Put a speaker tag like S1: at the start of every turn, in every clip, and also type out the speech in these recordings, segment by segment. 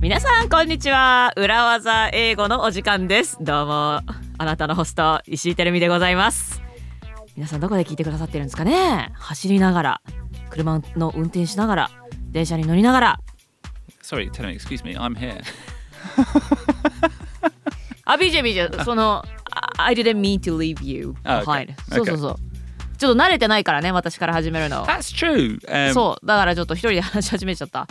S1: 皆さんこんにちは裏技英語のお時間ですどうもあなたのホスト石井てるみでございます皆さんどこで聞いてくださってるんですかね走りながら車の運転しながら電車に乗りながら
S2: Sorry, Tenno, excuse me, I'm here.
S1: あ BJ BJ そのあ I didn't mean to leave you
S2: あ
S1: behind、
S2: okay
S1: そうそうそうちょっと慣れてないからね私から始めるの
S2: That's true. Um,
S1: そうだからちょっと一人で話し始めちゃった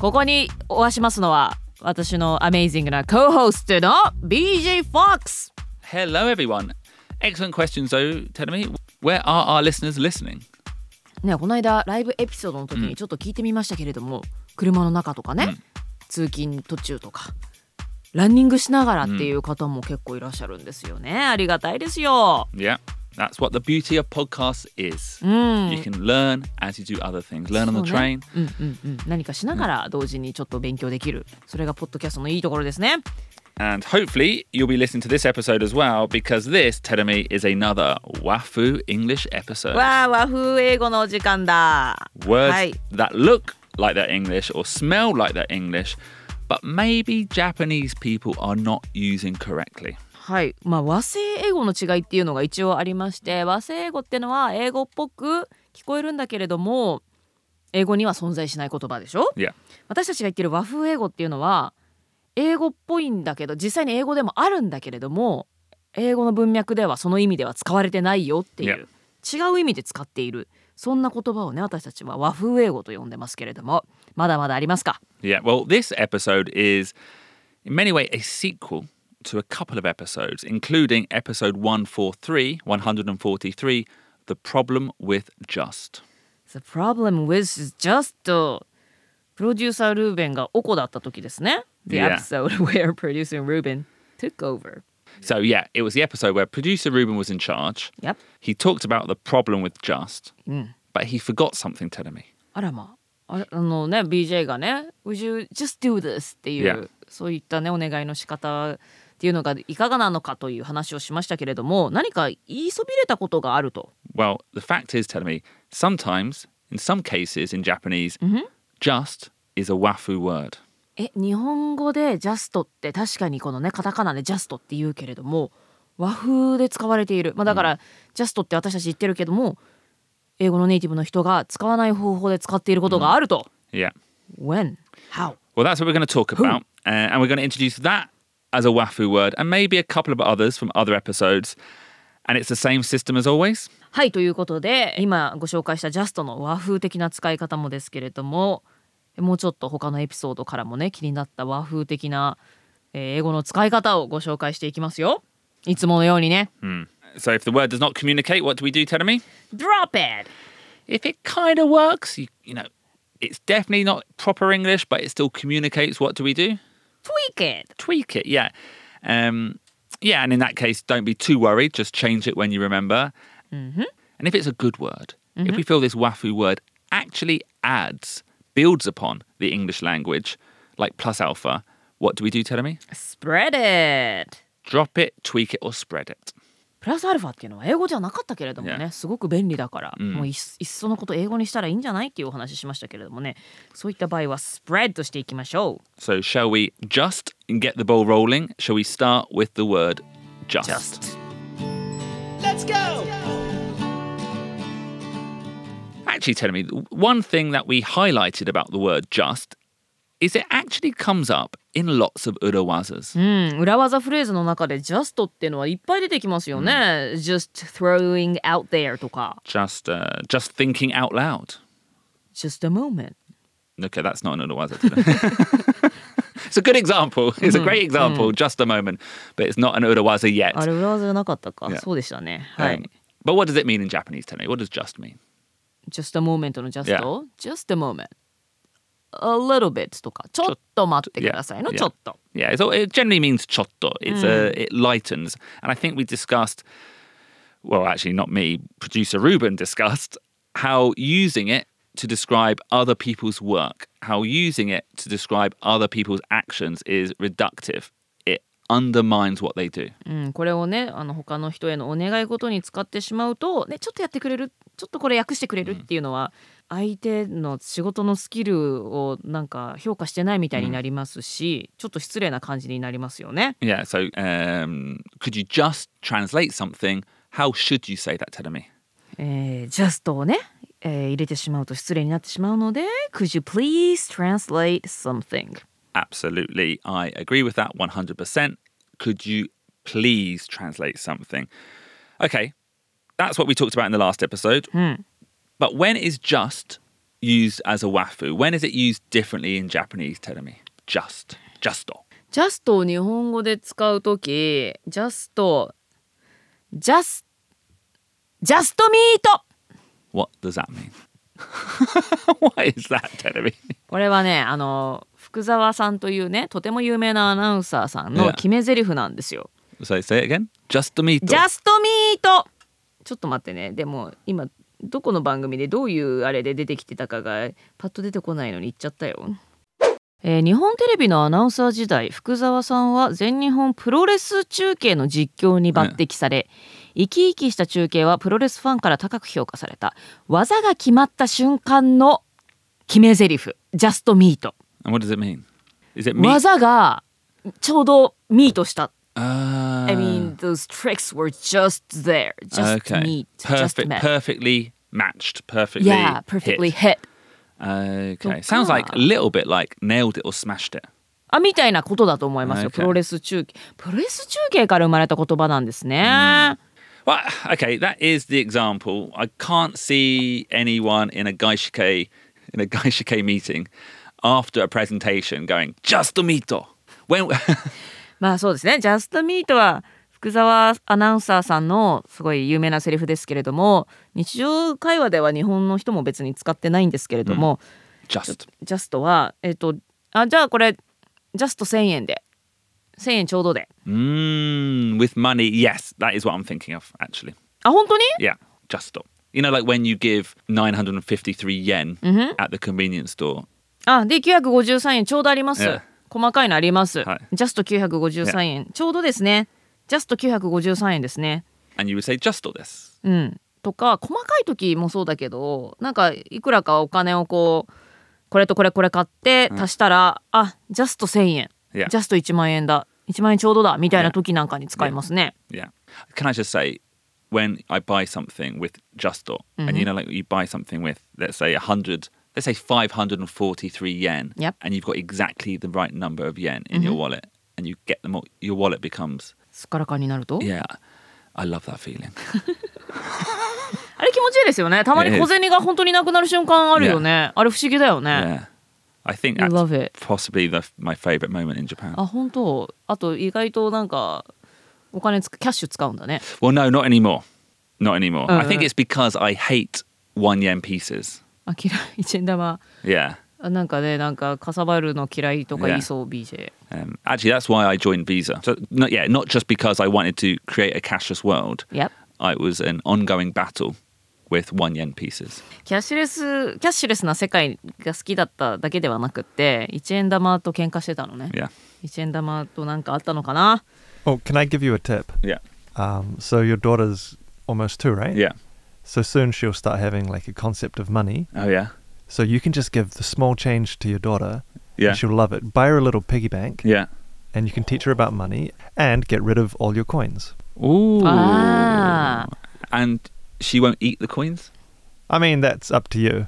S1: ここにお会いしますのは私のアメイジングなコーホストの BJ FOX
S2: Hello, everyone. Excellent questions, though, Tenno. Where are our listeners listening?
S1: ねこの間ライブエピソードの時にちょっと聞いてみましたけれども、車の中とかね、通勤途中とかランニングしながらっていう方も結構いらっしゃるんですよね、ありがたいですよ
S2: Yeah, that's what the beauty of podcasts is.
S1: うん、
S2: You can learn as you do other things. Learn on the
S1: そうね
S2: train.
S1: うんうんうん、何かしながら同時にちょっと勉強できる、それがポッドキャストのいいところですね
S2: And hopefully, you'll be listening to this episode as well because this, Teremi, is another Wafu English episode.
S1: わあ和風英語のお時間だ
S2: Words
S1: はい
S2: that look like they're English or smell like they're English, but maybe Japanese people are not using correctly.
S1: はい、まあ和製英語の違いっていうのが一応ありまして和製英語ってのは英語っぽく聞こえるんだけれども英語には存在しない言葉でしょ
S2: Yeah.
S1: 私たちが言ってる和風英語っていうのは英語っぽいんだけど実際に英語でもあるんだけれども英語の文脈ではその意味では使われてないよっていう違う意味で使っているそんな言葉をね私たちは和風英語と呼んでますけれどもまだまだありますか
S2: Yeah, well, this episode is in many ways a sequel to a couple of episodes, including episode 143, 143, The Problem with Just.
S1: The problem with is just uh, プロデューサールーベンがおこだった時ですね。The
S2: Yeah.
S1: episode where producer Ruben took over.
S2: So, yeah, it was the episode where producer Ruben was in charge.
S1: Yep.
S2: He talked about the problem with Just, but he forgot something, telling me.
S1: あらまあ。ああのね、BJ がね、Would you just do this? っていう、
S2: Yeah.
S1: そういったね、お願いの仕方っていうのがいかがなのかという話をしましたけれども、何か言いそびれたことがあると。
S2: Well, the fact is, telling me, sometimes, in some cases in Japanese, just is a wafu word.
S1: え、日本語で just って確かにこのね、カタカナで just って言うけれども、和風で使われている。まあだから、just って私たち言ってるけども、英語のネイティブの人が使わない方法で使っていることがあると。
S2: Yeah.
S1: When? How?
S2: Well, that's what we're going to talk about. Uh, and we're going to introduce that as a wafu word and maybe a couple of others from other episodes. And it's the same system as always.
S1: はい、ということで、今ご紹介した just の和風的な使い方もですけれども、もうちょっと他のエピソードからもね、気になった和風的な、えー英語の使い方をご紹介していきますよ。いつものようにね。
S2: So if the word does not communicate, what do we do, Tenemi?
S1: Drop it!
S2: If it kind of works, you, you know, it's definitely not proper English, but it still communicates, what do we do?
S1: Tweak it!
S2: Tweak it, yeah. Um, yeah, and in that case, don't be too worried. Just change it when you remember. And if it's a good word, if we feel this wafu word actually adds, builds upon the English language, like plus alpha, what do we do, Teremi?
S1: Spread it!
S2: Drop it, tweak it, or spread it.
S1: プラスアルファっていうのは英語じゃなかったけれどもね、
S2: Yeah.
S1: すごく便利だから、
S2: ん
S1: もういっいっそのこと英語にしたらいいんじゃないっていうお話ししましたけれどもねそういった場合はスプレッドしていきましょ
S2: So, shall we just get the ball rolling? Shall we start with the word
S1: う Just
S2: actually telling me one thing that we highlighted about the word just is it actually comes up in lots of urawazas.
S1: うん裏技フレーズの中で Just っていうのはいっぱい出てきますよね、Just throwing out there とか
S2: Just uh, just thinking out loud.
S1: Just a moment
S2: Okay, that's not an urawaza. Dylan. it's a good example. It's a great example, just a moment, but it's not an urawaza yet.
S1: あれ裏技じゃなかったか、
S2: Yeah.
S1: そうでしたねはい、
S2: Um, but what does it mean in Japanese, Tony? What does just mean?
S1: Just a moment の Just、
S2: Yeah.
S1: Just a moment A little bit とかちょっと待ってくださいの
S2: Yeah.
S1: ちょっと
S2: Yeah, it's, all- it generally means chotto. It's a, it lightens. And I think we discussed, well, actually, not me, producer Ruben discussed how using it to describe other people's work, how using it to describe other people's actions is reductive. It undermines what they do.
S1: うん、これをねあの他の人へのお願い事に使ってしまうと、ね、ちょっとやってくれるちょっとこれ訳してくれるっていうのは、相手の仕事のスキルをなんか評価してないみたいになりますし、ちょっと失礼な感じになりますよね。
S2: Yeah, so um, could you just translate something? How should you say that, Tedemi?
S1: えー、ジャストをね、えー入れてしまうと失礼になってしまうので「Could you please translate something?」
S2: Absolutely, I agree with that 100%. Could you please translate something? Okay, that's what we talked about in the last episode. But when is just used as a wafu? When is it used differently in Japanese, Tedemi? Just, justo.
S1: ジャストを日本語で使うとき、ジャスト、ジャス、ジャストミート
S2: What does that mean? what is that, Tedemi?
S1: これはね、あの、福沢さんというね、とても有名なアナウンサーさんの
S2: Yeah.
S1: 決め台詞なんですよ。
S2: So say it again. Just me.
S1: ジャストミートちょっと待ってね、でも今、どこの番組でどういうあれで出てきてたかがパッと出てこないのに言っちゃったよ。えー日本テレビのアナウンサー時代福沢さんは全日本プロレス中継の実況に抜擢され、生き生きした中継はプロレスファンから高く評価された技が決まった瞬間の決め台詞ジャストミート
S2: And what does it mean? Is it me?
S1: 技がちょうどミートした
S2: Ah.
S1: I mean those tricks were just there just
S2: okay.
S1: meet just
S2: Perfect,
S1: met
S2: perfectly matched. Perfectly.
S1: yeah perfectly
S2: hit.
S1: hit
S2: Uh, Okay.
S1: So
S2: Sounds like a
S1: good.
S2: little bit like nailed it or smashed it.
S1: あみたいなことだと思いますよ
S2: Okay.
S1: プロレス中継プロレス中継から生まれた言葉なんですね、
S2: Well, okay, that is the example. I can't see anyone in a gaishike in a gaishike meeting after a presentation going just the mito. When
S1: まあそうですね。ジャストミートは福澤アナウンサーさんのすごい有名なセリフですけれども、日常会話では日本の人も別に使ってないんですけれども、
S2: just
S1: ジャストはえっ、とあじゃあこれジャスト1000円で1000円ちょうどで。
S2: mm, with money, yes, that is what I'm thinking of actually.
S1: あ本当に？
S2: Yeah, just stop. You know, like when you give 953 yen at the convenience store.
S1: あで953円ちょうどあります。
S2: ええ
S1: 細かいのあります。
S2: はい
S1: ジャスト953円、ちょうどですね。ジャスト953円ですね。
S2: And you would say, just all this.
S1: うん、とか細かい時もそうだけどなんかいくらかお金をこうこれとこれこれ買って足したら、あジャスト1,000円、
S2: Yeah.
S1: ジャスト1万円だ1万円ちょうどだみたいな時なんかに使いますね。
S2: Yeah. Can I just say, when I buy something with just all,
S1: Mm-hmm.
S2: and you know, like you buy something with, let's say, 100, let's say 543 yen,
S1: Yep. Mm-hmm.
S2: and you've got exactly the right number of yen in your wallet, and you get them all, your wallet becomes,
S1: すっからかんになると
S2: yeah, I love that feeling.
S1: あれ気持ちいいですよねたまに小銭が本当になくなる瞬間あるよね、あれ不思議だよね。
S2: yeah. I think
S1: You
S2: that's
S1: love it. Oh.
S2: possibly the, my favorite moment in Japan.
S1: あ本当あと意外となんかお金つくキャッシュ使うんだね。
S2: Well, no, not anymore. Not anymore. I think
S1: Uh.
S2: it's because I hate one yen pieces.
S1: あ嫌い 一円玉
S2: Yeah.
S1: あなんかねなんかかさばるの嫌いとか言いそう、BJ。
S2: Um, actually, that's why I joined Visa. So, not, yeah, not just because I wanted to create a cashless world.
S1: Yep.
S2: I- It was an ongoing battle with one yen pieces.
S1: キャッシュレスキャッシュレスな世界が好きだっただけではなくって1円玉と喧嘩してたのね
S2: Yeah.
S1: 1円玉となんかあったのかな
S3: Oh, can I give you a tip?
S2: Yeah.
S3: Um, so your daughter's almost two, right?
S2: Yeah.
S3: So soon she'll start having like a concept of money.
S2: Oh, yeah.
S3: So you can just give the small change to your daughter.
S2: Yeah.
S3: And she'll love it. Buy her a little piggy bank,
S2: Yeah.
S3: and you can teach her about money and get rid of all your coins.
S2: Ooh.
S1: Ah.
S2: And she won't eat the coins?
S3: I mean, that's up to you.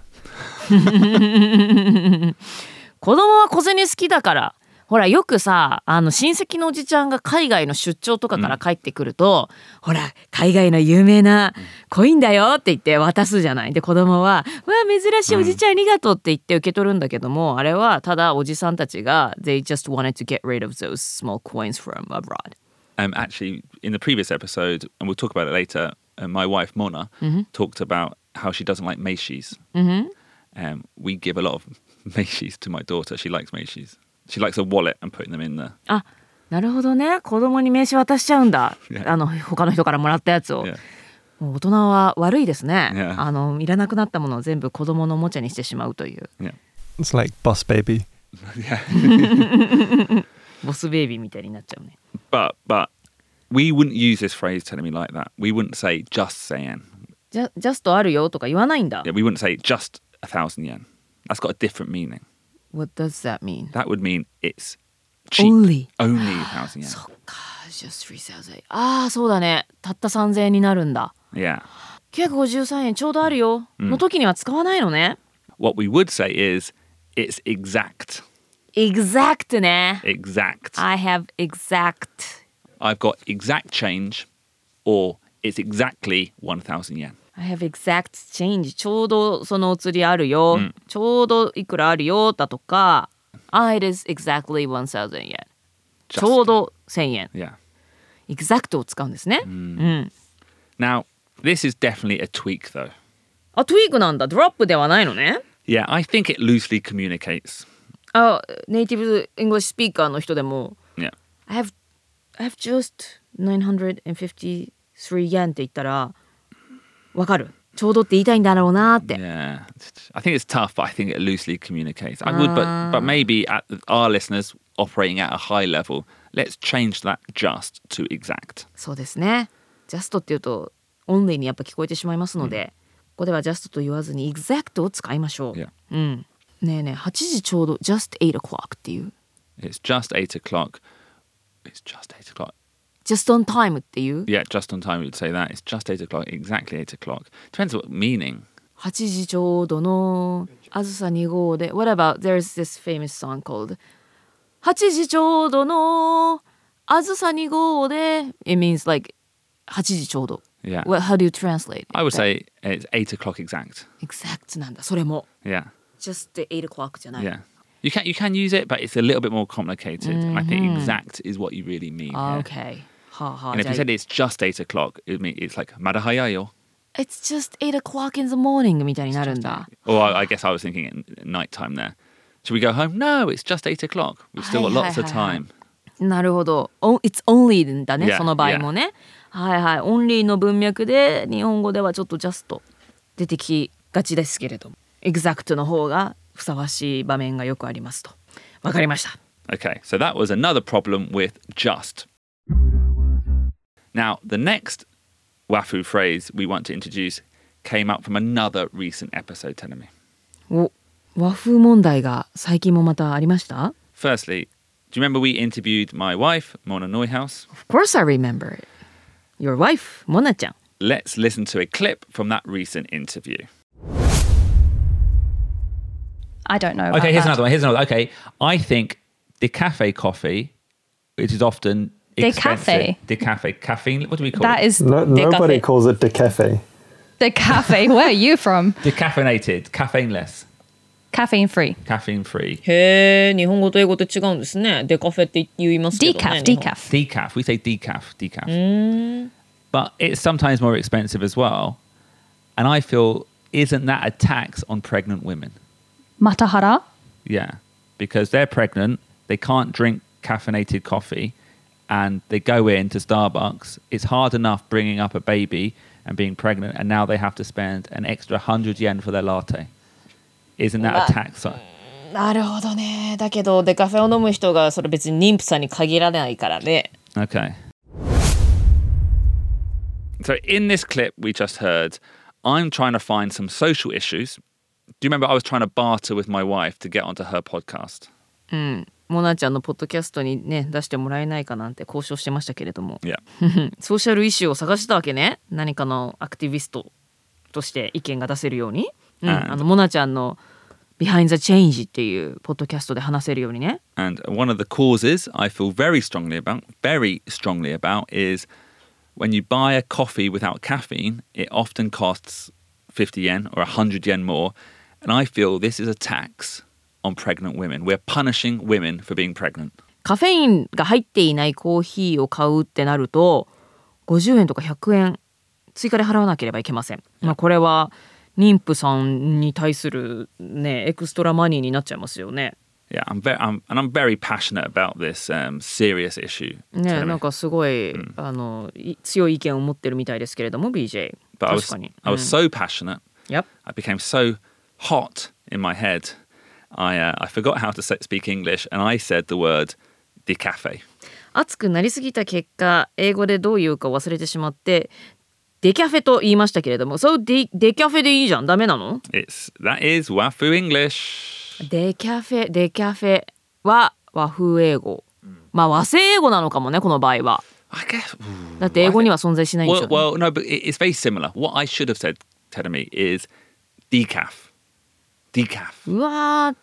S1: 子供は小銭好きだからほらよくさあの親戚のおじちゃんが海外の出張とかから帰ってくると、ほら海外の有名なコインだよって言って渡すじゃないで子供は「うわ珍しいおじちゃんありがとう」って言って受け取るんだけども、あれはただおじさんたちが「They just wanted to get rid of those small coins from abroad」
S2: Um, actually, in the previous episode, and we'll talk about it later, uh, my wife Mona talked about how she doesn't like Meishis. Mm-hmm. Um, we give a lot of Meishis to my daughter. She likes Meishis. She likes a wallet and putting them in there.
S1: あなるほどね子供に名刺渡しちゃうんだ
S2: Yeah.
S1: あの他の人からもらったやつを
S2: Yeah.
S1: もう大人は悪いですね
S2: Yeah.
S1: あのいらなくなったものを全部子供のおもちゃにしてしまうという
S2: Yeah.
S3: It's like boss baby.
S2: yeah.
S1: ボスベイビーみたいになっちゃうね。
S2: But but we wouldn't use this phrase telling me like that. We wouldn't say just saying.
S1: じゃ、ジャストあるよとか言わないんだ
S2: Yeah, we wouldn't say just a thousand yen. That's got a different meaning.
S1: What does that mean?
S2: That would mean it's cheap.
S1: Only.
S2: Only a thousand yen.
S1: そっか、just 3000円。ああ、そうだね。たった3000円になるんだ。
S2: Yeah.
S1: 953円ちょうどあるよ。の時には使わないのね。
S2: What we would say is it's exact.
S1: exact ね。
S2: Exact.
S1: I have exact.
S2: I've got exact change or it's exactly 1,000 yen.
S1: I have exact change ちょうどそのお釣りあるよ、ちょうどいくらあるよだとか Ah, It is exactly 1000円ち
S2: Just.
S1: ょうど1000円
S2: Yeah.
S1: exact を使うんですね、うん、
S2: Now, this is definitely a tweak though.
S1: あトゥイークなんだドロップではないのね
S2: Yeah, I think it loosely communicates.
S1: あネイティブイングリッシュスピーカーの人でも
S2: Yeah.
S1: I have, I have just 953 yen って言ったらわかるちょうどって言いたいんだろうなって、
S2: Yeah. I think it's tough, but I think it loosely communicates. I would, but but maybe at our listeners operating at a high level, let's change that just to exact.
S1: そうですね。ジャストっていうと、オンリーにやっぱ聞こえてしまいますので、ここではジャストと言わずに、exact を使いましょう。
S2: Yeah.
S1: うん。ねえねえ、8時ちょうど、just 8 o'clock っていう、
S2: It's just eight o'clock. It's just eight o'clock.
S1: just on time っていう、
S2: Yeah, just on time. We would say that. It's just eight o'clock. Exactly eight o'clock. Depends what meaning.
S1: 8時ちょうどの、あずさ2号で、What about, there's this famous song called, 8時ちょうどの、あずさ2号で、it means like, 8時ちょうど。
S2: Yeah.
S1: Well, how do you translate?
S2: I would say it's eight o'clock exact.
S1: exact なんだ、それも。
S2: Yeah.
S1: just 8 o'clock じゃない。
S2: Yeah. You can you can use it, but it's a little bit more complicated. And I think exact is what you really mean. here.
S1: Okay. はあはあ。
S2: And if
S1: じゃあ
S2: you said it's just eight o'clock, it mean it's like madahayayo.
S1: It's just 8 o'clock in the morning みたいになるんだ。
S2: Or I, I guess I was thinking at night time there. Should we go home? No, it's just eight o'clock. We've still got
S1: Hi, hi,
S2: lots of
S1: hi, hi.
S2: time.
S1: なるほど。お It's only だね、
S2: Yeah,
S1: その場合もね。はいはい。Only の文脈で日本語ではちょっと just 出てきがちですけれども。Exact の方がふさわしい場面がよくありますと。わかりました。
S2: Okay, so that was another problem with just. Now, the next wafu phrase we want to introduce came up from another recent episode, Tenemi.
S1: お和風問題が最近もまたありました
S2: Firstly, do you remember we interviewed my wife, Mona Neuhaus?
S1: ?Of course I remember it. Your wife, モナちゃん。
S2: Let's listen to a clip from that recent interview.
S4: I don't know. about
S2: Okay, here's
S4: that.
S2: another one. Here's another. One. Okay, I think the cafe coffee, which is often
S4: Decaf.
S2: expensive. Decaf, caffeine. What do we call
S4: That
S2: it?
S4: is
S3: No,
S4: the
S3: nobody
S4: cafe.
S3: calls it decafe.
S4: the cafe. Where are you from?
S2: Decaffeinated, caffeineless,
S4: Caffeine free.
S2: caffeine free.
S1: へえ、日本語と英語って違うんですね。デカフェって言いますけどね。
S4: Decaf.
S1: 日本
S4: Decaf.
S2: Decaf. We say decaf. Decaf.
S4: Mm.
S2: But it's sometimes more expensive as well, and I feel isn't that a tax on pregnant women?
S4: Matahara.
S2: Yeah, because they're pregnant, they can't drink caffeinated coffee, and they go in to Starbucks. It's hard enough bringing up a baby and being pregnant, and now they have to spend an extra hundred yen for their latte. Isn't that a tax? on-
S1: なるほどね。だけどデカフェを飲む人がそれ別に妊婦さんに限らないからね。
S2: Okay. So in this clip we just heard, I'm trying to find some social issues. Do you remember I was trying to barter with my wife to get onto her podcast?
S1: モナちゃんのポッドキャストにね出してもらえないかなんて交渉してましたけれども
S2: Yeah.
S1: ソーシャルイシューを探したわけね何かのアクティビストとして意見が出せるように、うん、
S2: And-
S1: あのモナちゃんの「Behind the Change」っていうポッドキャストで話せるようにね
S2: And one of the causes I feel very strongly about, very strongly about, is when you buy a coffee without caffeine, it often costs 50 yen or 100 yen more. And I feel this is a tax on pregnant women. We're punishing women for being pregnant.
S1: カフェインが入っていないコーヒーを買うってなると50円とか100円追加で払わなければいけません、まあ、これは妊婦さんに対するねエクストラマニーになっちゃいますよね
S2: Yeah, I'm very, I'm, and I'm very passionate about this um, serious issue.
S1: ね
S2: Jeremy.
S1: なんかすごい、あのい強い意見を持ってるみたいですけれども BJ
S2: but I
S1: 確
S2: was,
S1: かに
S2: I was so passionate
S1: やっ
S2: I became so hot in my head, I, uh, I forgot how to se- speak English, and I said the word the cafe.
S1: 熱くなりすぎた結果英語でどういうか忘れてしまってデカフェと言いましたけれどもそうデデカフェでいいじゃんダメなの
S2: It's that is Wafu English.
S1: デカフェデカフェは和風英語まあ和製英語なのかもねこの場合は
S2: I guess. ooh.
S1: だって英語には存在しないんです
S2: Well,
S1: よ、ね
S2: well, no, but it- it's very similar. What I should have said, Tedami, is decaf. Decaf.
S1: うわー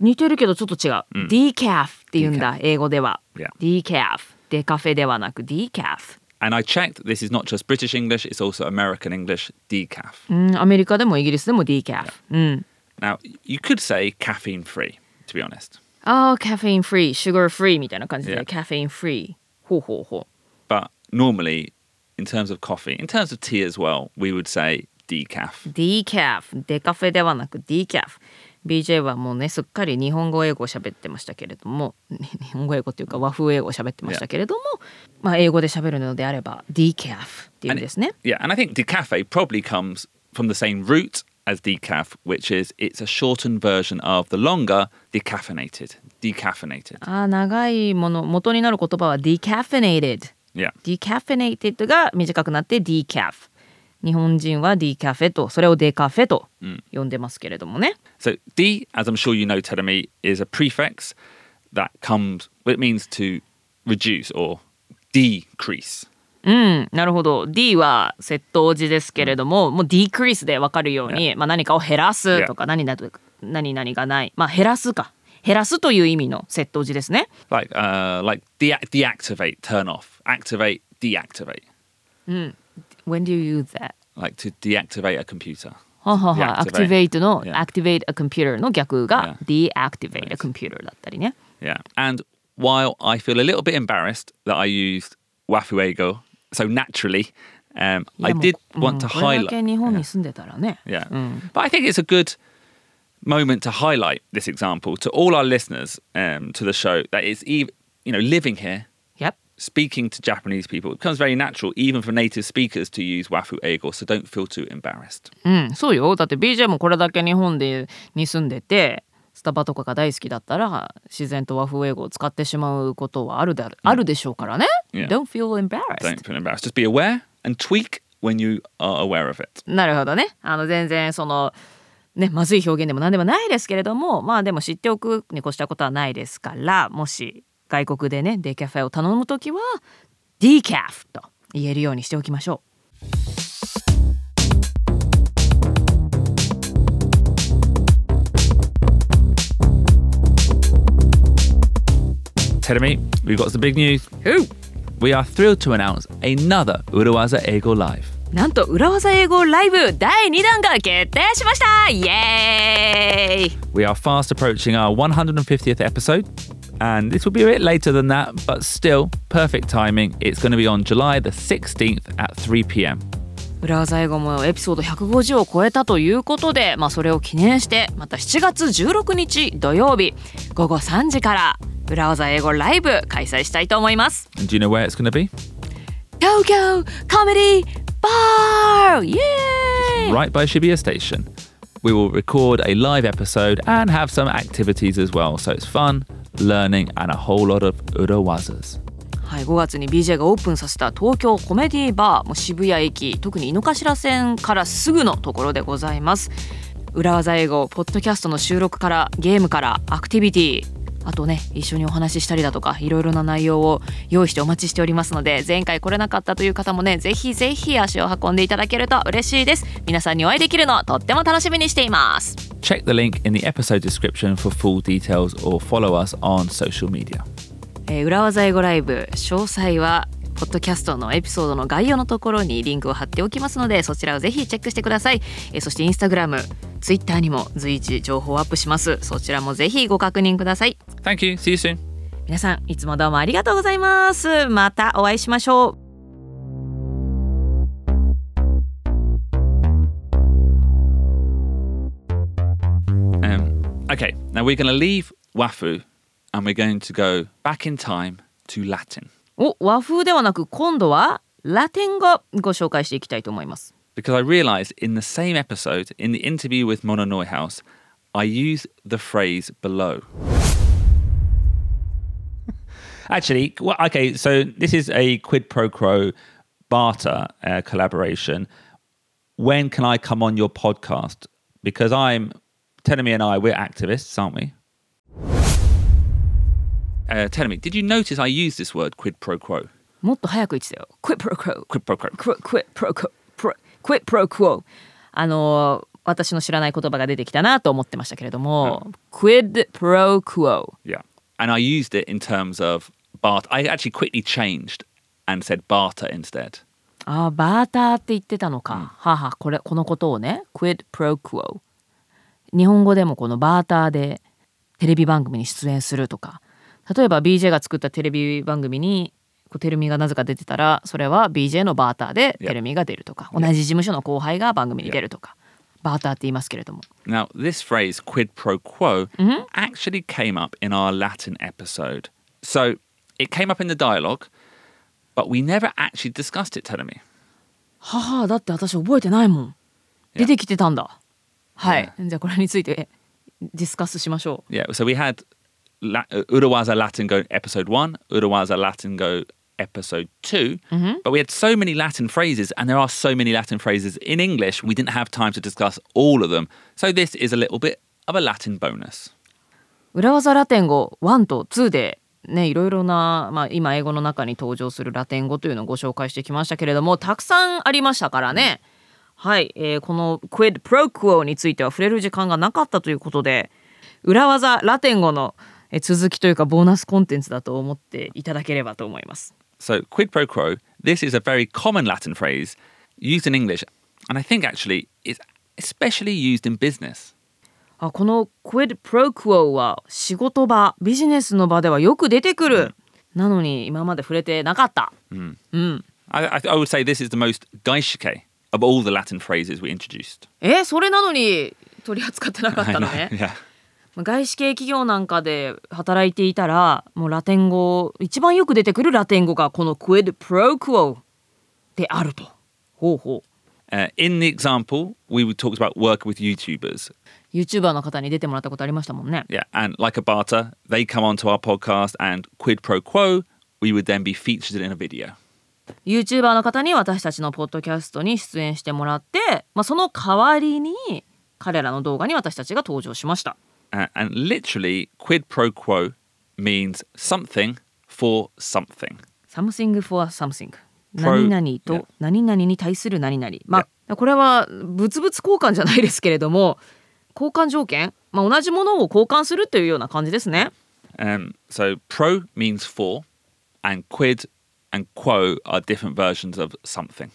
S1: 似てるけどちょっと違う、デカフって言うんだ英語では、
S2: Yeah.
S1: デカフデカフェではなくデカフ
S2: And I checked. This is not just British English; it's also American English. Decaf.
S1: うんアメリカでもイギリスでもデカフうん
S2: Now, you could say caffeine free, to be honest.
S1: ああカフェインフリーシュガーフリーみたいな感じで
S2: Yeah.
S1: カフェインフリーほうほうほう
S2: But normally, in terms of coffee, in terms of tea as well, we would say decaf.
S1: decaf デカフェではなく decaf BJ はもうねすっかり日本語英語を喋ってましたけれども 日本語英語っていうか和風英語を喋ってましたけれども、まあ英語で喋るのであれば decaf っていうんですね
S2: Yeah, and I think decafe probably comes from the same root as decaf, which is it's a shortened version of the longer decaffeinated. Decaffeinated.
S1: ああ長いもの元になる言葉は decaffeinated
S2: Yeah.
S1: decaffeinated が短くなって decaf 日本人は decaf とそれをデカフェと呼んでますけれどもね、
S2: So D, as I'm sure you know, Tedemi, is a prefix that comes. It means to reduce or decrease.
S1: うん、なるほど D は窃盗時ですけれども、もう decrease で分かるように、まあ、何かを減らすとか何だと何々がない、まあ、減らすか減らすという意味の窃盗時ですね、
S2: Like uh, like de- deactivate, turn off, activate, deactivate.
S1: When do you use that?
S2: Like to deactivate a computer.
S1: ははは
S2: Deactivate
S1: activate の
S2: Yeah.
S1: activate a computer の逆が deactivate a computer だったりね
S2: Yeah. And while I feel a little bit embarrassed that I used Wafuego so naturally, um,
S1: い
S2: I
S1: やもう
S2: did want
S1: うん
S2: to
S1: これだ
S2: highlight.
S1: け日本に住んでたらね、
S2: Yeah.
S1: うん
S2: But I think it's a good moment to highlight this example to all our listeners um, to the show that it's, ev- you know, living here,
S1: Yep.
S2: speaking to Japanese people, it becomes very natural, even for native speakers, to use Wafu Eigo. So don't feel too embarrassed.
S1: うん、そうよ。だって BJ もこれだけ日本でに住んでて、スタバとかが大好きだったら、自然と和風英語を使ってしまうことはあるである,、あるでしょうからね。
S2: Yeah.
S1: Don't feel embarrassed.
S2: Don't feel embarrassed. Just be aware and tweak when you are aware of it.
S1: なるほどね。あの全然そのねまずい表現でも何でもないですけれども、まあでも知っておくに越したことはないですから、もし外国でねデカフェを頼むときは decaf と言えるようにしておきましょう。
S2: Tedemi, we've got some big news. We are thrilled to announce another Uruwaza Eigo Live.
S1: なんと裏技英語ライブ第2弾が決定しました。イエーイ。
S2: We are fast approaching our 150th episode, and this will be a bit later than that, but still perfect timing. It's going to be on July the 16th at 3 p.m.
S1: 裏技英語もエピソード150を超えたということで、まあ、それを記念してまた7月16日土曜日午後3時から裏技英語ライブ開催したいと思います
S2: And do you know where it's going to be?
S1: 東京コメディバーイエーイ
S2: Right by Shibuya Station. We will record a live episode and have some activities as well, so it's fun, learning, and a whole lot of Uruwazas.
S1: はい、5月に BJ がオープンさせた東京コメディバーもう渋谷駅特に井の頭線からすぐのところでございます裏技英語ポッドキャストの収録からゲームからアクティビティあとね一緒にお話ししたりだとかいろいろな内容を用意してお待ちしておりますので前回来れなかったという方もねぜひぜひ足を運んでいただけると嬉しいです皆さんにお会いできるのとっても楽しみにしています
S2: Check the link in the episode description for full details or follow us on social media.
S1: えー裏技英語ライブ詳細はポッドキャストのエピソードの概要のところにリンクを貼っておきますのでそちらをぜひチェックしてください、えーそしてインスタグラムツイッターにも随時情報をアップしますそちらもぜひご確認ください
S2: Thank you. See you soon.
S1: 皆さんいつもどうもありがとうございますまたお会いしましょう
S2: Um, okay, now we're going to leave Wafu and we're going to go back in time to Latin
S1: お和風ではなく今度はラテン語ご紹介していきたいと思います
S2: because I realized in the same episode, in the interview with Mona Neuhaus, I used the phrase below. Actually, well, okay, so this is a quid pro quo barter uh, collaboration. When can I come on your podcast? Because I'm, Tenemy and I, we're activists, aren't we? Uh, Tenemy, did you notice I used this word quid pro quo?
S1: もっと早く言ってたよ。quid pro quo。
S2: Quid pro quo.
S1: quid quid pro quo。pro- quid pro quo。あのー私の知らない言葉が出てきたなと思ってましたけれども、quid pro quo。
S2: Yeah. And I used it in terms of barter. I actually quickly changed and said barter instead.
S1: ああ、バーターって言ってたのか。はあはあ、これ、このことをね、quid pro quo。日本語でもこのバーターでテレビ番組に出演するとか、例えば BJ が作ったテレビ番組に、こうテルミがなぜか出てたらそれは BJ のバーターで
S2: Yeah.
S1: テルミが出るとか、同じ事務所の後輩が番組に出るとか、バーターって言いますけれども
S2: Now, this phrase, quid pro quo, actually came up in our Latin episode. So it came up in the dialogue, but we never actually discussed it, Telemi.
S1: はあだって私覚えてないもん出てきてたんだはい、じゃあこれについて ディスカスしましょ
S2: Yeah, so we had La- uh, Urawaza Latingo episode one, Urawaza Latingo episode 2 but we had so many Latin phrases, and there are so many Latin phrases in English, we didn't have time to discuss all of them. So this is a little bit of a Latin bonus.
S1: う裏技ラテン語1と2でねいろいろな、まあ、今英語の中に登場するラテン語というのをご紹介してきましたけれどもたくさんありましたからね、はい、えーこの「quid pro quo」については触れる時間がなかったということで裏技ラテン語のえー続きというかボーナスコンテンツだと思っていただければと思います。
S2: So, quid pro quo, this is a very common Latin phrase used in English, and I think actually it's especially used in business.
S1: あこの quid pro quo は仕事場ビジネスの場ではよく出てくる、なのに今まで触れてなかった、うん、
S2: I, I, I would say this is the most gaishike of all the Latin phrases we introduced.
S1: えそれなのに取り扱ってなかった
S2: I
S1: の
S2: know,
S1: ね
S2: yeah.
S1: まあ外資系企業なんかで働いていたらもうラテン語一番よく出てくるラテン語がこの quid pro quo であるとほうほう
S2: Uh, in the example, we would talked about work with YouTubers.
S1: YouTuber の方に出てもらったことありましたもんね
S2: Yeah, and like a barter, they come onto our podcast and quid pro quo, we would then be featured in a video.
S1: YouTuber の方に私たちのポッドキャストに出演してもらって、まあ、その代わりに彼らの動画に私たちが登場しました。
S2: Uh, and literally, quid pro quo means something for something.
S1: something for something
S2: Pro-
S1: 何々と何々に対する何々ま
S2: Yeah.
S1: あこれは物々交換じゃないですけれども交換条件、まあ、同じものを交換するというような感じですね
S2: Um, so pro means for, and quid and quo are different versions of something.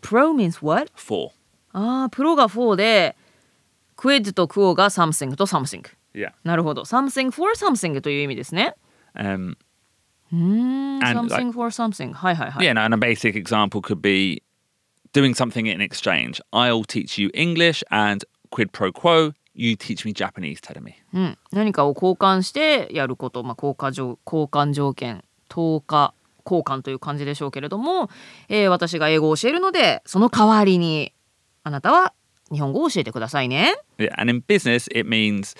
S1: pro means what?
S2: For.
S1: ああプロが4で quid と quo が something と something
S2: Yeah.
S1: なるほど something for something という意味ですね
S2: Um,
S1: うーん
S2: And like-
S1: Hmm, something for something はいはいはい
S2: Yeah, no, and a basic example could be doing something in exchange. I'll teach you English and quid pro quo, you teach me Japanese, Tedemi.
S1: うん、何かを交換してやること、まあ、交換条交換条件等価交換という感じでしょうけれども、えー私が英語を教えるのでその代わりにあなたは日本語を教えてくださいね。
S2: Yeah, and in business, it means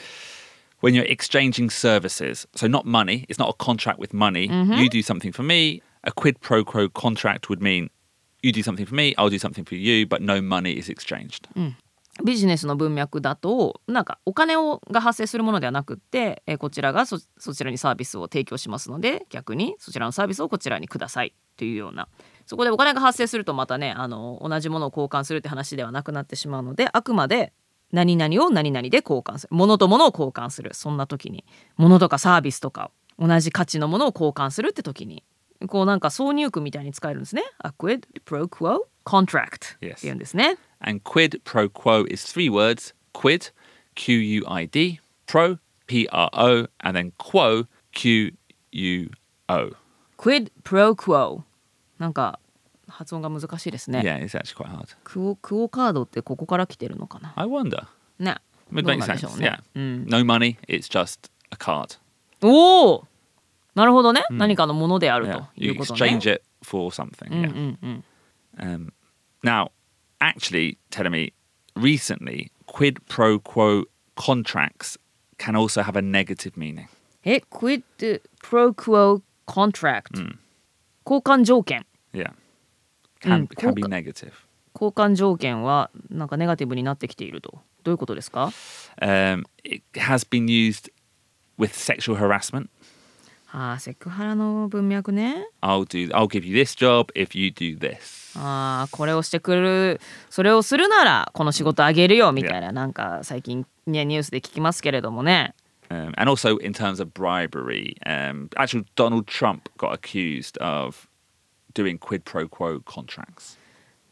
S2: when you're exchanging services. So not money. It's not a contract with money. You do something for me. A quid pro quo contract would mean you do something for me, I'll do something for you, but no money is exchanged.
S1: ビジネスの文脈だとなんかお金をが発生するものではなくって、えーこちらがそそちらにサービスを提供しますので逆にそちらのサービスをこちらにくださいというようなそこでお金が発生するとまたねあの同じものを交換するって話ではなくなってしまうのであくまで何々を何々で交換する物と物を交換するそんな時に物とかサービスとか同じ価値のものを交換するって時にこうなんか挿入句みたいに使えるんですね。アクエ d pro quo contract
S2: Yes.
S1: っていうんですね。
S2: And quid pro quo is three words quid, Q U I D, pro, P R O, and then quo, Q U O.
S1: quid pro quo なんか発音が難しいですね、
S2: Yeah, it's actually quite hard.
S1: クオクオカードってここから来てるのかな
S2: I wonder.
S1: ね
S2: It
S1: どう
S2: makes
S1: なんで
S2: sense.
S1: しょうね、
S2: Yeah.
S1: うん、
S2: No money, it's just a card.
S1: おおなるほどね、何かのものであるとい
S2: You
S1: うことね
S2: exchange it for something.
S1: うん
S2: yeah.
S1: うんうん
S2: Um, now, actually, telling me recently, quid pro quo contracts can also have a negative meaning.
S1: え quid pro quo contract、交換条件
S2: Yeah. Can,
S1: Mm,
S2: can be
S1: coca-
S2: negative.
S1: 交換条件はなんかネガティブになってきているとどういうことですか
S2: Um, it has been used with sexual harassment.
S1: ああセクハラの文脈ね
S2: I'll do. I'll give you this job if you do this.
S1: ああこれをしてくるそれをするならこの仕事あげるよみたいななんか最近ねニュースで聞きますけれどもね
S2: Um, and also in terms of bribery, um, actually Donald Trump got accused of doing quid pro quo contracts.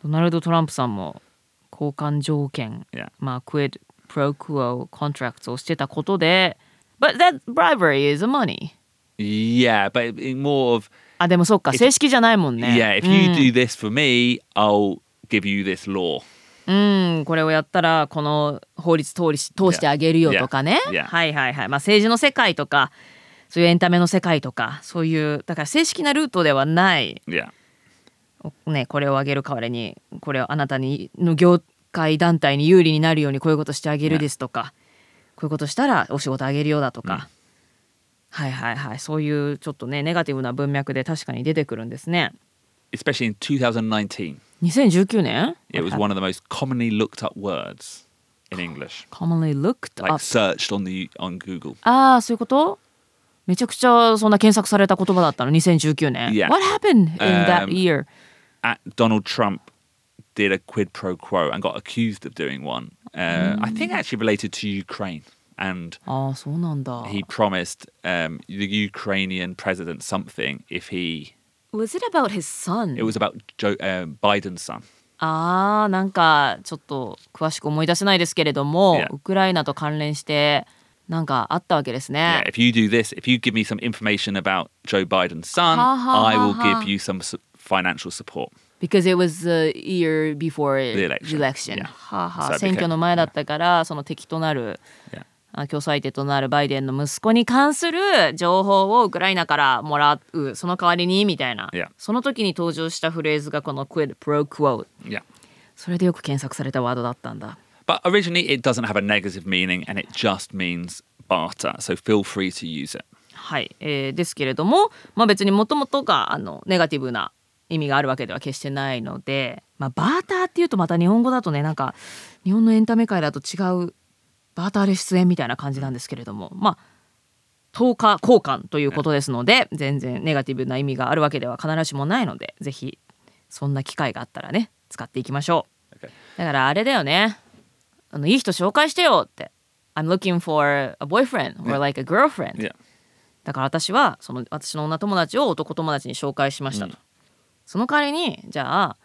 S1: ドナルド・トランプさんも交換条件
S2: Yeah.
S1: まあ quid pro quo contracts をしてたことで but that bribery is a money
S2: Yeah, but it- it more of
S1: あでもそっか正式じゃないもんね
S2: yeah, if
S1: うん
S2: you do this for me, I'll give you this law.
S1: うん、これをやったらこの法律通りし通してあげるよとかね。
S2: Yeah. Yeah.
S1: はいはいはい。まあ政治の世界とかそういうエンタメの世界とかそういうだから正式なルートではない、
S2: Yeah.
S1: ね、これをあげる代わりにこれをあなたにの業界団体に有利になるようにこういうことしてあげるですとか、こういうことしたらお仕事あげるよだとか、はいはいはいそういうちょっとねネガティブな文脈で確かに出てくるんですね。
S2: Especially in 2019,
S1: 2019年
S2: it was one of the most commonly looked up words in English,
S1: commonly looked
S2: like
S1: up
S2: searched on the on Google.
S1: ああそういうことめちゃくちゃそんな検索された言葉だったの2019年。
S2: Yeah.
S1: What happened in that
S2: Um,
S1: year?
S2: at Donald Trump did a quid pro quo and got accused of doing one. Uh, I think actually related to Ukraine. And
S1: ああそうなんだ。
S2: he promised um, the Ukrainian president something if he.
S1: Was it about his son?
S2: It was about Joe, um Biden's son.
S1: ああなんかちょっと詳しく思い出せないですけれども、
S2: Yeah.
S1: ウクライナと関連してなんかあったわけです
S2: Yeah,
S1: ね。
S2: if you do this, if you give me some information about Joe Biden's son,
S1: Ha, ha,
S2: I will
S1: ha, ha.
S2: give you some su- financial support.
S1: Because it was the year before
S2: The election. Yeah.
S1: はあは
S2: So
S1: あ
S2: that became-
S1: 選挙の前だったからその敵となる
S2: Yeah.
S1: あ共済手となるバイデンの息子に関する情報をウクライナからもらうその代わりにみたいな、
S2: Yeah.
S1: その時に登場したフレーズがこの quid pro quo
S2: Yeah.
S1: それでよく検索されたワードだったんだ
S2: But originally, it doesn't have a negative meaning and it just means barter. So feel free to use it.
S1: はい、えーですけれども、まあ、別にもともとがあのネガティブな意味があるわけでは決してないので、まあ、バーターっていうとまた日本語だとねなんか日本のエンタメ界だと違うバーターで出演みたいな感じなんですけれどもまあ10日交換ということですので全然ネガティブな意味があるわけでは必ずしもないのでぜひそんな機会があったらね使っていきましょう
S2: Okay.
S1: だからあれだよねあのいい人紹介してよって I'm looking for a boyfriend or like a girlfriend、
S2: Yeah.
S1: だから私はその私の女友達を男友達に紹介しましたと、その代わりにじゃあ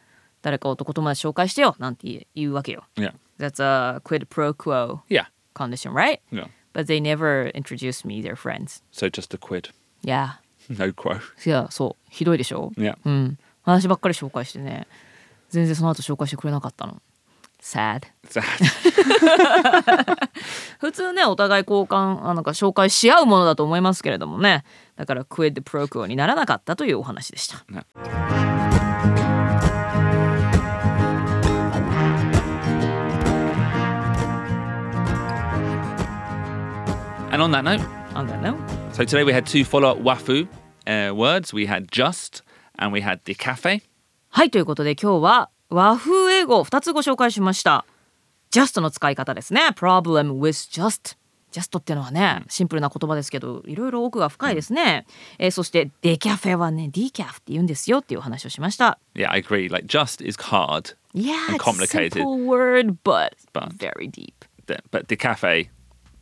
S1: 誰か男友達紹介してよなんて言え言うわけよ
S2: Yeah.
S1: That's a quid pro quo
S2: Yeah.
S1: condition right
S2: Yeah.
S1: but they never introduced me their friends
S2: So just a quid,
S1: yeah
S2: no quo.
S1: いやそうひどいでしょ
S2: Yeah.
S1: うん話ばっかり紹介してね全然その後紹介してくれなかったの sad
S2: Sad.
S1: 普通ねお互い交換あなんか紹介し合うものだと思いますけれどもねだからクエッドプロクオにならなかったというお話でした、
S2: ねAnd on that note,
S1: On that note,
S2: so today we had two follow up wafu uh, words. We had just and we had the cafe.
S1: はいということで今日は和風英語を2つご紹介しました。just の使い方ですね。problem with just。just っていうのはね、シンプルな言葉ですけど、いろいろ奥が深いですね。えーそしてデカフェはね、ディキャフって言うんですよっていうお話をしました。
S2: Yeah, I agree. Like just is hard,
S1: Yeah, it's
S2: And
S1: a
S2: complicated.
S1: simple word, but
S2: But-
S1: very deep.
S2: th- but the cafe,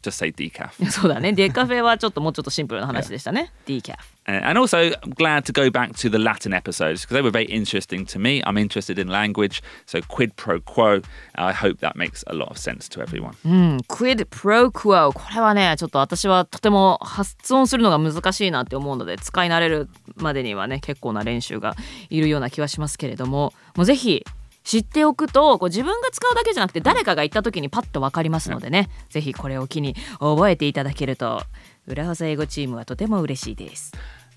S2: just say decaf.
S1: そうだね、デカフェはちょっともうちょっとシンプルな話でしたね。デカフ。
S2: Uh, and also, I'm glad to go back to the Latin episodes because they were very interesting to me. I'm interested in language, so quid pro quo. I hope that makes a lot of sense to everyone.
S1: うん、quid pro quo これはねちょっと私はとても発音するのが難しいなって思うので使い慣れるまでにはね結構な練習がいるような気はしますけれどももうぜひ知っておくとこう自分が使うだけじゃなくて誰かが言った時にパッと分かりますのでねぜひこれを機に覚えていただけると裏技英語チームはとても嬉しいです。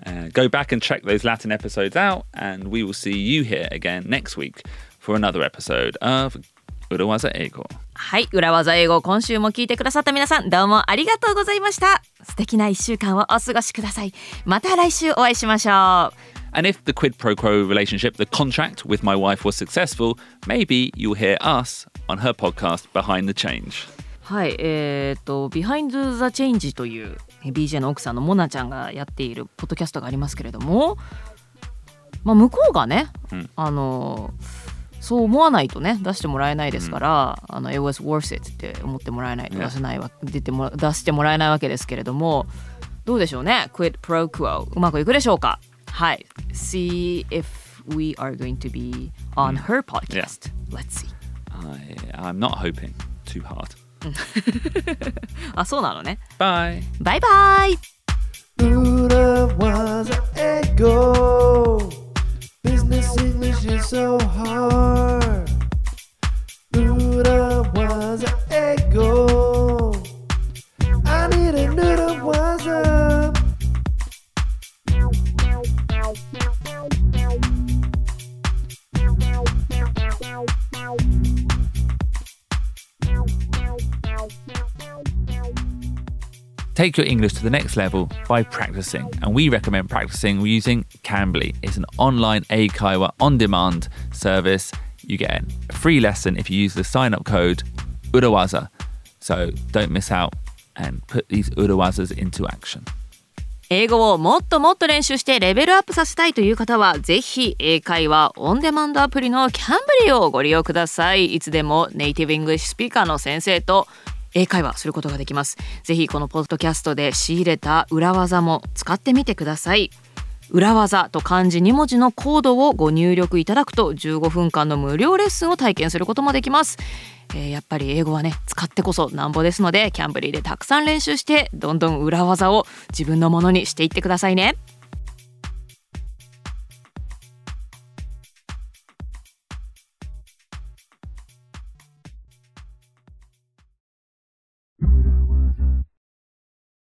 S2: Uh, go back and check those Latin episodes out, and we will see you here again next week for another episode of Urawaza Ego.
S1: はい裏技英語今週も聞いてくださった皆さんどうもありがとうございました素敵な一週間をお過ごしくださいまた来週お会いしましょう
S2: And if the quid pro quo relationship, the contract with my wife was successful, maybe you'll hear us on her podcast, Behind the Change.
S1: はいえー、と「Behind the Change」というえ BJ の奥さんのモナちゃんがやっているポッドキャストがありますけれども、まあ、向こうがね、
S2: うん
S1: あのそう思わないとね出してもらえないですから、あの It was worth it って思ってもらえないと
S2: ね
S1: 出せないわ、出てもら出してもらえないわけですけれどもどうでしょうね Quid pro quo うまくいくでしょうかはい See if we are going to be on her podcast、Let's see
S2: I, I'm not hoping too hard.
S1: あそうなのね
S2: Bye.
S1: バイバイ
S5: Buddha was an ego. Business English is so hard. Buddha was an ego. I need a noodle was up.
S2: Take your English to the next level by practicing, and we recommend practicing using Cambly. It's an online Akaiwa on demand service. You get a free lesson if you use the sign up code Urawaza. So don't miss out and put these Urawazas into action.
S1: 英語をもっともっと練習してレベルアップさせたいという方はぜひ英会話オンデマンドアプリのキャンブリーをご利用くださいいつでもネイティブイングリッシュスピーカーの先生と英会話することができますぜひこのポッドキャストで仕入れた裏技も使ってみてください裏技と漢字2文字のコードをご入力いただくと15分間の無料レッスンを体験することもできます、えーやっぱり英語はね使ってこそなんぼですのでキャンブリーでたくさん練習してどんどん裏技を自分のものにしていってくださいね